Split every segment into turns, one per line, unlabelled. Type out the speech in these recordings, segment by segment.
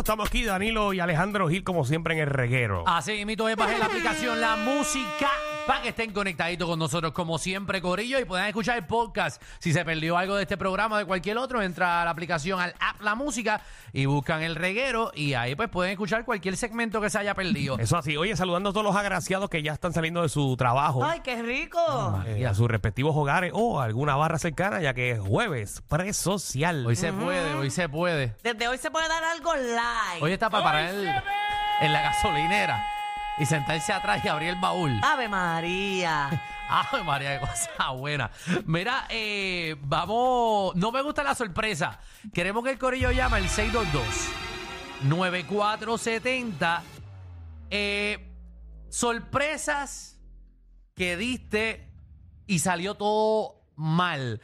estamos aquí Danilo y Alejandro Gil como siempre en el reguero.
Así mito es bajen la aplicación La Música para que estén conectaditos con nosotros como siempre, Corillo, y puedan escuchar el podcast. Si se perdió algo de este programa o de cualquier otro, entra a la aplicación al app La Música y buscan el reguero y ahí pues pueden escuchar cualquier segmento que se haya perdido.
Eso así. Oye, saludando a todos los agraciados que ya están saliendo de su trabajo.
¡Ay, qué rico!
eh, a sus respectivos hogares o a alguna barra cercana, ya que es jueves presocial.
Hoy se puede, hoy se puede.
Desde hoy se puede dar algo live.
Hoy está para parar en- en la gasolinera y sentarse atrás y abrir el baúl.
Ave María.
Ay, María, qué cosa buena. Mira, eh, vamos. No me gusta la sorpresa. Queremos que el Corillo llame al 622-9470. Eh, sorpresas que diste y salió todo mal.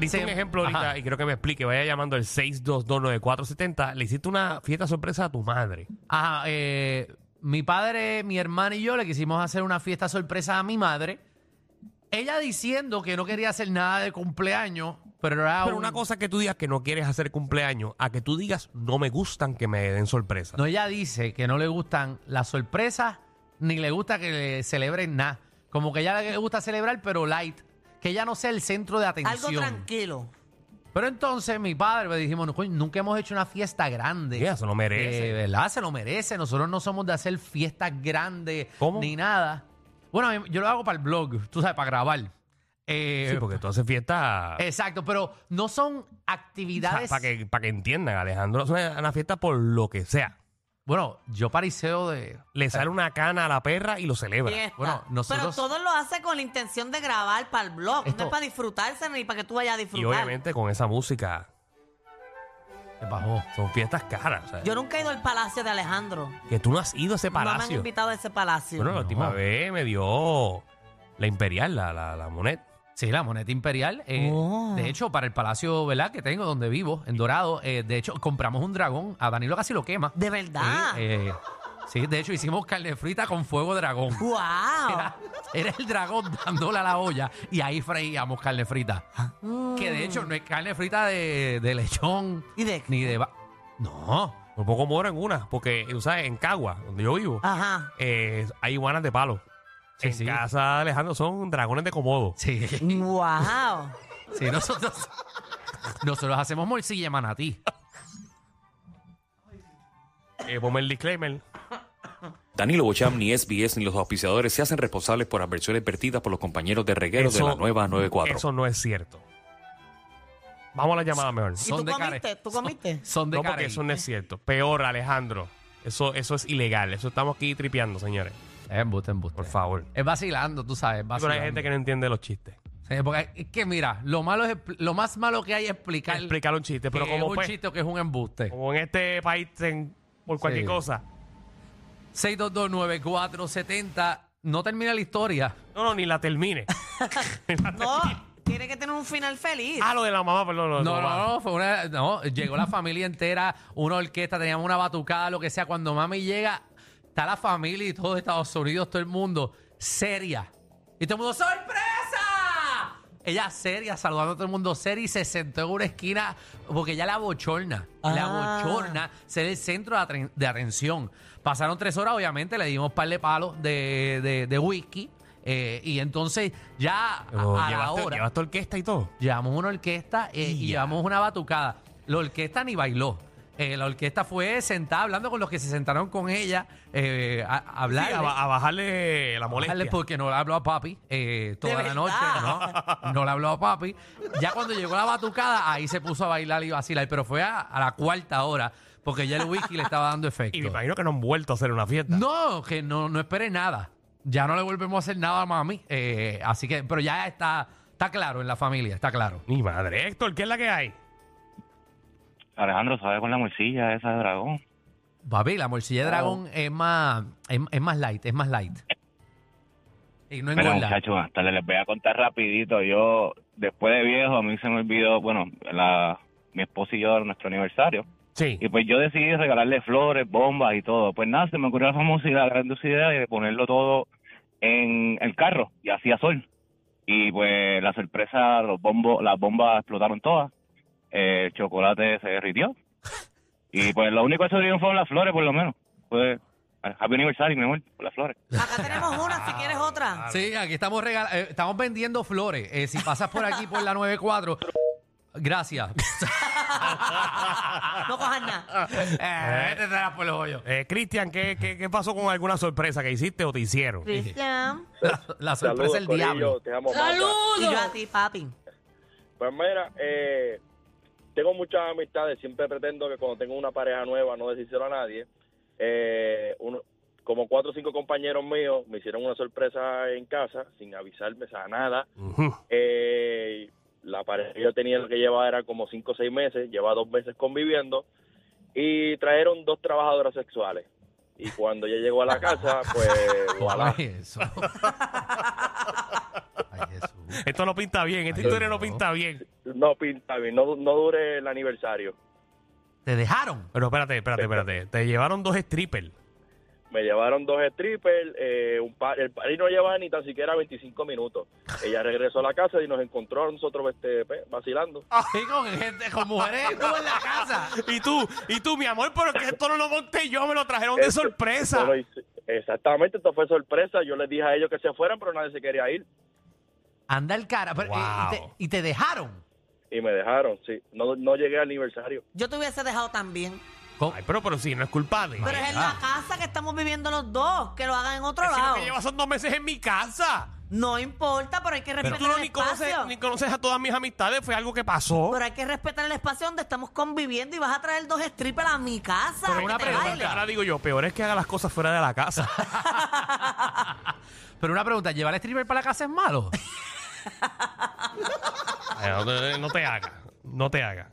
Dice un
Se-
ejemplo ahorita
Ajá.
y creo que me explique. Vaya llamando el 6229470. Le hiciste una fiesta sorpresa a tu madre.
Ajá, eh, mi padre, mi hermana y yo le quisimos hacer una fiesta sorpresa a mi madre. Ella diciendo que no quería hacer nada de cumpleaños, pero era
Pero
un-
una cosa es que tú digas que no quieres hacer cumpleaños, a que tú digas no me gustan que me den sorpresa.
No, ella dice que no le gustan las sorpresas ni le gusta que le celebren nada. Como que ella le gusta celebrar, pero light. Que ella no sea el centro de
Algo
atención.
tranquilo.
Pero entonces mi padre me dijimos, "No, coño, nunca hemos hecho una fiesta grande.
Ya, se lo merece.
Eh, ¿Verdad? Se lo merece. Nosotros no somos de hacer fiestas grandes
¿Cómo?
ni nada. Bueno, a mí- yo lo hago para el blog, tú sabes, para grabar. Eh,
sí, porque tú haces fiesta
Exacto, pero no son actividades...
para que, pa' que entiendan, Alejandro. Es una, una fiesta por lo que sea.
Bueno, yo pariseo de...
Le sale una cana a la perra y lo celebra.
Fiesta.
Bueno, nosotros-
Pero todo lo hace con la intención de grabar para el blog.
Esto-
No es para disfrutarse ni para que tú vayas a
Y
disfrutar.
obviamente con esa música
¿Qué bajó?
son fiestas caras. ¿sabes?
Yo nunca he ido al palacio de Alejandro.
Que tú no has ido a ese
No me han
palacio.
invitado a ese palacio.
bueno, la última
No.
vez me dio la imperial, la, la, la monet.
Sí, la moneta imperial. eh,
Oh.
De hecho, para el palacio, ¿verdad? Que tengo donde vivo, en Dorado. eh, de hecho, compramos un dragón. A Danilo casi lo quema.
De verdad.
Sí, eh, sí, de hecho, hicimos carne frita con fuego dragón.
¡Wow!
Era el dragón dándole a la olla y ahí freíamos carne frita. Que de hecho no es carne frita de, de lechón
¿Y de qué?
ni de... va- No.
Por poco muero en una, porque tú sabes, en Cagua, donde yo vivo,
Ajá.
eh, hay iguanas de palo.
Sí,
en
sí.
casa de Alejandro son dragones de comodo.
Sí,
¡Wow!
sí, nosotros... Nosotros hacemos morcilla manatí.
Eh, ponme el disclaimer.
Danilo Bocham, ni SBS, ni los auspiciadores se hacen responsables por adversiones vertidas por los compañeros de reguero de
Eso-
la nueva 94.
Eso no es cierto. Vamos a la llamada mejor.
¿Y
Son
tú
de
comiste?
care-
¿Tú comiste?
Son de
No, porque
carey.
eso no es cierto. Peor, Alejandro. Eso, eso es ilegal. Eso estamos aquí tripeando, señores.
Embuste, embuste.
Por favor.
Es vacilando, tú sabes.
Sí, Pero
Vacilando.
hay gente que no entiende los chistes.
Sí, porque es que mira, lo malo es expl- lo más malo que hay es explicar,
Explicar un chiste, pero
que
como,
es un
pues,
chiste o que es un embuste.
como en este país, en- por cualquier
Sí.
cosa.
6229470 no termina la historia.
No, no, ni la termine.
No, tiene que tener un final feliz.
ah, lo de la mamá, perdón. lo de
No,
tu
no,
mamá.
no, fue una- no, llegó la familia entera, una orquesta, teníamos una batucada, lo que sea, cuando mami llega, está la familia y todo Estados Unidos, todo el mundo seria. Y todo el mundo sorpresa. Ella seria, saludando a todo el mundo seria y se sentó en una esquina porque ya la bochorna,
Ah.
la bochorna ser el centro de, atre- de atención. Pasaron tres horas, obviamente, le dimos par de palos de, de- de whisky. eh, y entonces ya a-
Pero
a, la
Oh, llevaste,
hora
llevaste orquesta y todo.
llevamos una orquesta eh, y
Ya.
llevamos una batucada. La orquesta ni bailó. Eh, la orquesta fue sentada hablando con los que se sentaron con ella eh, a, a
Sí,
hablar.
a, ba- a bajarle la molestia.
Porque no le habló a papi eh, toda la
verdad?
noche. No, no le habló a papi. Ya cuando llegó la batucada, ahí se puso a bailar y vacilar. Pero fue a, a la cuarta hora porque ya el whisky le estaba dando efecto.
Y me imagino que no han vuelto a hacer una fiesta.
No, que no, no espere nada. Ya no le volvemos a hacer nada a mami. Eh, así que, pero ya está, está claro en la familia, está claro.
Mi madre, Héctor, ¿qué es la que hay?
Alejandro, ¿sabes con la morcilla esa de dragón?
Papi, la morcilla de
Oh.
dragón es más, es, es más light, es más light. Y no
Mira,
engorda.
muchachos, hasta les voy a contar rapidito. Yo, después de viejo, a mí se me olvidó, bueno, la, mi esposa y yo, nuestro aniversario.
Sí.
Y pues yo decidí regalarle flores, bombas y todo. Pues nada, se me ocurrió la famosa idea, la grandiosa idea de ponerlo todo en el carro y hacía sol. Y pues la sorpresa, los bombos, las bombas explotaron todas. El chocolate se derritió. Y pues lo único que sobrevivieron fueron las flores, por lo menos. Pues, happy anniversary, mi amor, por las flores.
Acá tenemos una, si quieres otra.
Sí, aquí estamos regala- eh, estamos vendiendo flores. Eh, si pasas por aquí por la 94, gracias.
No cojas nada.
Eh, vete atrás por los hoyos.
Eh, Cristian, ¿qué, qué, qué pasó con alguna sorpresa que hiciste o te hicieron?
Cristian.
La, la sorpresa del
Corillo,
diablo.
te amo, Magda.
Y yo a ti, papi.
Pues mira, eh, tengo muchas amistades. Siempre pretendo que cuando tengo una pareja nueva, no decírselo a nadie. Eh, uno- como cuatro o cinco compañeros míos me hicieron una sorpresa en casa, sin avisarme, o sea, nada.
Ujú.
Eh, la pareja que yo tenía lo que llevaba era como cinco o seis meses, lleva dos meses conviviendo. Y trajeron dos trabajadoras sexuales. Y cuando ella llegó a la casa, pues, voilà.
Ay, Jesús. Ay, Jesús.
Esto no pinta bien, esta
Ay,
historia no
no.
pinta bien.
No pinta bien, no, no dure el aniversario.
¿Te dejaron?
Pero espérate, espérate, espérate. Te llevaron dos strippers.
Me llevaron dos strippers, eh, un par, el party no llevaba ni tan siquiera 25 minutos. Ella regresó a la casa y nos encontró a nosotros este, pe- vacilando.
Sí, con gente, con mujeres como en la casa.
Y tú, y tú, mi amor, pero que esto no lo monté yo, me lo trajeron de
Esto-
sorpresa.
Bueno, y- exactamente, esto fue sorpresa. Yo les dije a ellos que se fueran, pero nadie se quería ir.
Anda el cara. pero, eh, y,
Wow.
te, y te dejaron.
Y me dejaron, sí. No, no llegué al aniversario.
Yo te hubiese dejado también.
Con-
Ay, pero, pero sí, no es culpa de.
Pero es en la casa que estamos viviendo los dos. Que lo hagan en otro
Si lo
lado.
que llevas son dos meses en mi casa.
No importa, pero hay que
Pero
respetar
tú no
el
ni conoces,
espacio.
ni conoces a todas mis amistades, fue algo que pasó.
Pero hay que respetar el espacio donde estamos conviviendo y vas a traer dos strippers a mi casa.
Pero
que
una
te
pregunta,
bailen.
Ahora digo yo, peor es que haga las cosas fuera de la casa.
pero una pregunta, ¿llevar el stripper para la casa es malo?
Ay, no, te, no te haga, no te haga.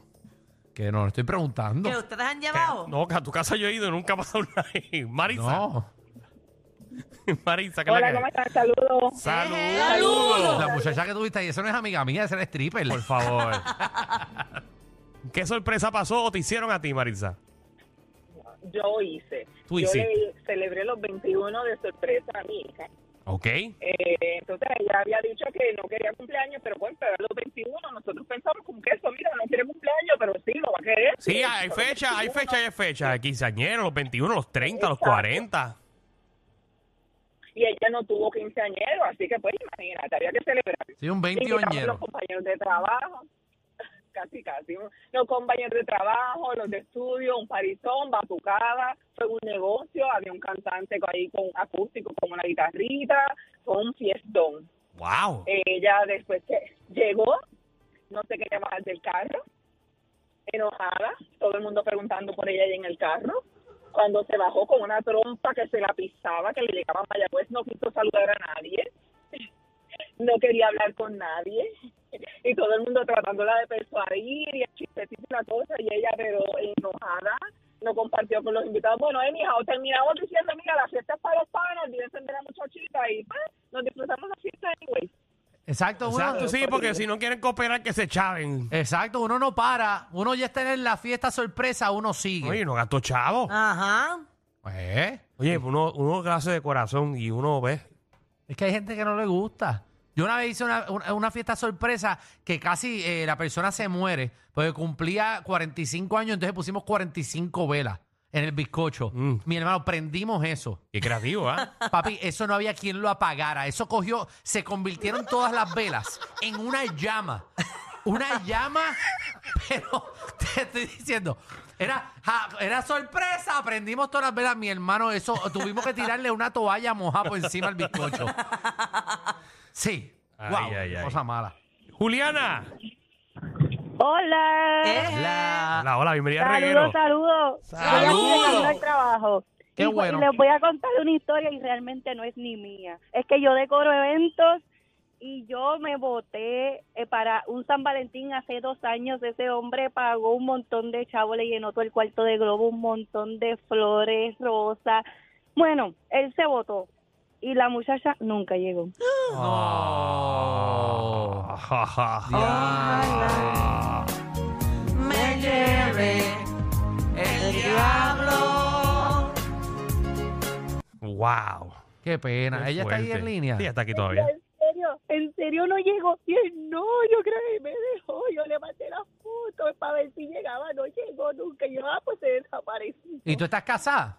que no, estoy preguntando.
Que ustedes han llevado.
No, que a tu casa yo he ido y nunca ha pasado nada. ahí. Marisa,
No.
Marisa, ¿qué es la
Hola,
que
¿cómo
hay?
están? Saludos.
Salud.
La muchacha que tuviste ahí, eso no es amiga mía, ese era stripper.
Por favor. ¿Qué sorpresa pasó o te hicieron a ti, Marisa?
Yo hice.
Tú
yo
hiciste.
le celebré los 21 de sorpresa a mi hija.
¿Ok?
Eh, entonces ella había dicho que no quería cumpleaños, pero bueno, pero los 21 nosotros pensamos como que eso, mira, no quiere cumpleaños, pero sí, lo va a querer.
Sí, hay
Pero
fecha, hay
21.
fecha, hay fecha. Quinceañeros, los 21, los 30, los
Exacto.
40.
Y ella no tuvo quinceañero, así que pues imagínate, había que celebrar.
Sí, un
Invitamos
21
los compañeros de trabajo, casi casi, los compañeros de trabajo, los de estudio, un parizón, batucada, fue un negocio, había un cantante co- ahí con acústico, con una guitarrita, fue un fiestón.
¡Wow!
Ella después que llegó, no se quería bajar del carro, enojada, todo el mundo preguntando por ella ahí en el carro. Cuando se bajó con una trompa que se la pisaba, que le llegaba a Mayagüez, no quiso saludar a nadie no quería hablar con nadie y todo el mundo tratándola de persuadir y el chistecito y la cosa y ella pero enojada no compartió con los invitados bueno eh mija o terminamos diciendo mira la fiesta es para los panas olvídense de la muchachita y pues nos disfrutamos la fiesta anyway
Exacto, uno,
Exacto, sí, porque si no quieren cooperar, que se chaven.
exacto, uno no para. Uno ya está en la fiesta sorpresa, uno sigue.
Oye, no gastó chavo.
Ah.
Ajá.
Eh,
Oye, uno, uno que lo hace de corazón y uno ve.
Es que hay gente que no le gusta. Yo una vez hice una, una- una fiesta sorpresa que casi eh, la persona se muere, porque cumplía 45 años, entonces pusimos 45 velas en el bizcocho.
Mm.
Mi hermano, prendimos eso.
Qué creativo, ¿ah?
Papi, eso no había quien lo apagara. Eso cogió, se convirtieron todas las velas en una llama. Una llama, pero te estoy diciendo, era, ja- era sorpresa. Aprendimos todas las velas, mi hermano. Eso tuvimos que tirarle una toalla mojada por encima al bizcocho. Sí.
Ay,
wow,
ay, ay.
cosa mala.
Juliana.
Hola.
Eh,
Ah.
Hola, hola, bienvenida a Reguero.
Saludos, saludos. Estoy aquí
Saludos.
dejando el trabajo.
Qué
y, pues,
bueno.
les voy a contar una historia y realmente no es ni mía. Es que yo decoro eventos y yo me voté eh, para un San Valentín hace dos años. Ese hombre pagó un montón de chavos, le llenó todo el cuarto de globo, un montón de flores, rosas. Bueno, él se votó y la muchacha nunca llegó.
No.
Ja, ja, ja. Ah.
Ojalá me lleve el diablo.
Wow.
Qué pena.
Qué
Ella está ahí
fuerte.
en línea.
Sí, está aquí todavía.
En serio,
en serio no llegó. Y él, no, yo creo que me dejó. Yo le mandé las fotos para ver si llegaba. No llegó nunca. Y yo, ah, pues se desapareció.
¿Y tú estás casada?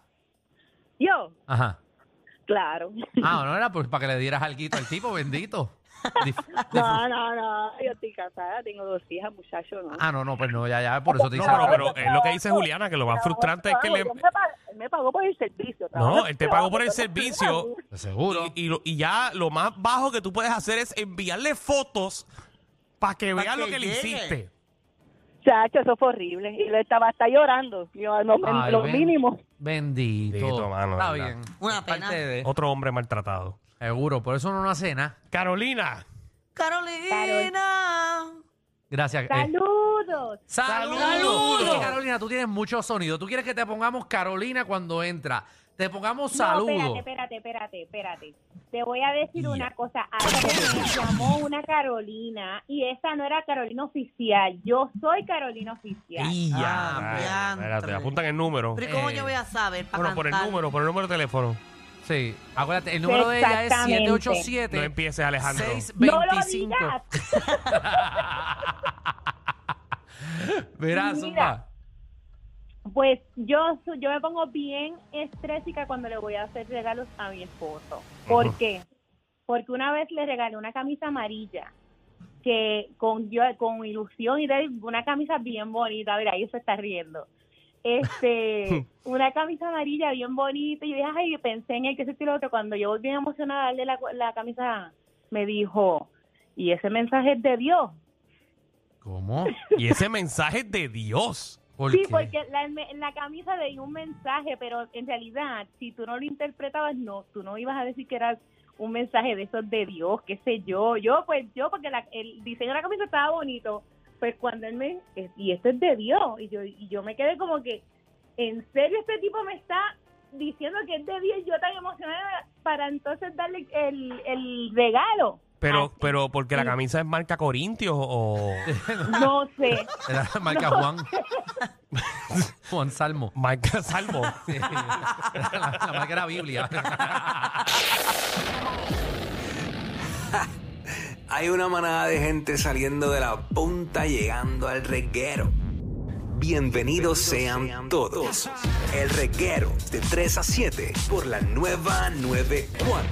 Yo,
Ajá.
claro.
Ah, no era por- para que le dieras alguito al tipo, bendito. Dif-
No, no, no. Yo estoy casada, tengo dos hijas, muchacho, no.
Ah, no, no, pues no, ya, ya, por eso te
No,
hice.
pero, pero es lo que dice Juliana, que lo más frustrante es que le...
Él me, pa- él me pagó por el servicio.
No,
trabajo,
él te pagó por el
trabajo,
servicio
Seguro.
y, y lo- y ya lo más bajo que tú puedes hacer es enviarle fotos para que
Pa'
vea lo
que
que le
llegue.
hiciste.
Chacho, eso fue horrible. Y lo estaba hasta llorando. Yo, no,
Ay,
lo
ben-
mínimo.
Bendito.
Bendito, mano,
Está
de verdad.
bien.
Una
Es parte
pena.
de-
Otro hombre maltratado.
Seguro, por eso uno no hace nada.
Carolina,
Carolina.
Gracias. eh.
Saludos.
¡Saludos!
¡Saludos!
Es que, Carolina, tú tienes mucho sonido. Tú quieres que te pongamos Carolina cuando entra. Te pongamos
No,
saludos.
espérate, espérate, espérate, espérate. Te voy a decir
Ya.
una cosa. Ayer me llamó una Carolina y esa no era Carolina oficial. Yo soy Carolina oficial.
Y ya,
Ah,
mano,
diantre.
espérate, apuntan el número.
Pero ¿y ¿cómo
Eh,
yo voy a saber? Para
Bueno, por el número, por el número de teléfono.
Sí. Acuérdate, el número de ella es
Exactamente.
No
787
empieces, Alejandro.
625.
No lo digas.
Mira, Zumba.
Pues yo, su- yo me pongo bien estrésica cuando le voy a hacer regalos a mi esposo. ¿Por qué? Porque una vez le regalé una camisa amarilla que con yo con ilusión y de- una camisa bien bonita, mira, ahí se está riendo. Este, una camisa amarilla bien bonita y yo dije, ay, pensé en él que ese y lo otro cuando yo volví bien emocionada a darle la, la camisa me dijo, "Y ese mensaje es de Dios."
¿Cómo?
Y ese mensaje es de Dios.
¿Por
Sí,
qué?
porque la, en la camisa veía un mensaje, pero en realidad, si tú no lo interpretabas, no, tú no ibas a decir que era un mensaje de esos de Dios, qué sé yo. Yo, pues yo, porque la- el diseño de la camisa estaba bonito, pues cuando él me, eh, y esto es de Dios, y yo, y yo me quedé como que, en serio, este tipo me está diciendo que es de Dios, y yo tan emocionada para entonces darle el, el regalo.
Pero,
Ah,
pero porque la camisa es marca Corintios o
No sé.
Era la marca Juan. Juan Salmo.
marca Salvo.
Sí. La, la marca era Biblia.
Hay una manada de gente saliendo de la punta llegando al reguero. Bienvenidos sean todos. El reguero de 3 a 7 por la nueva 94.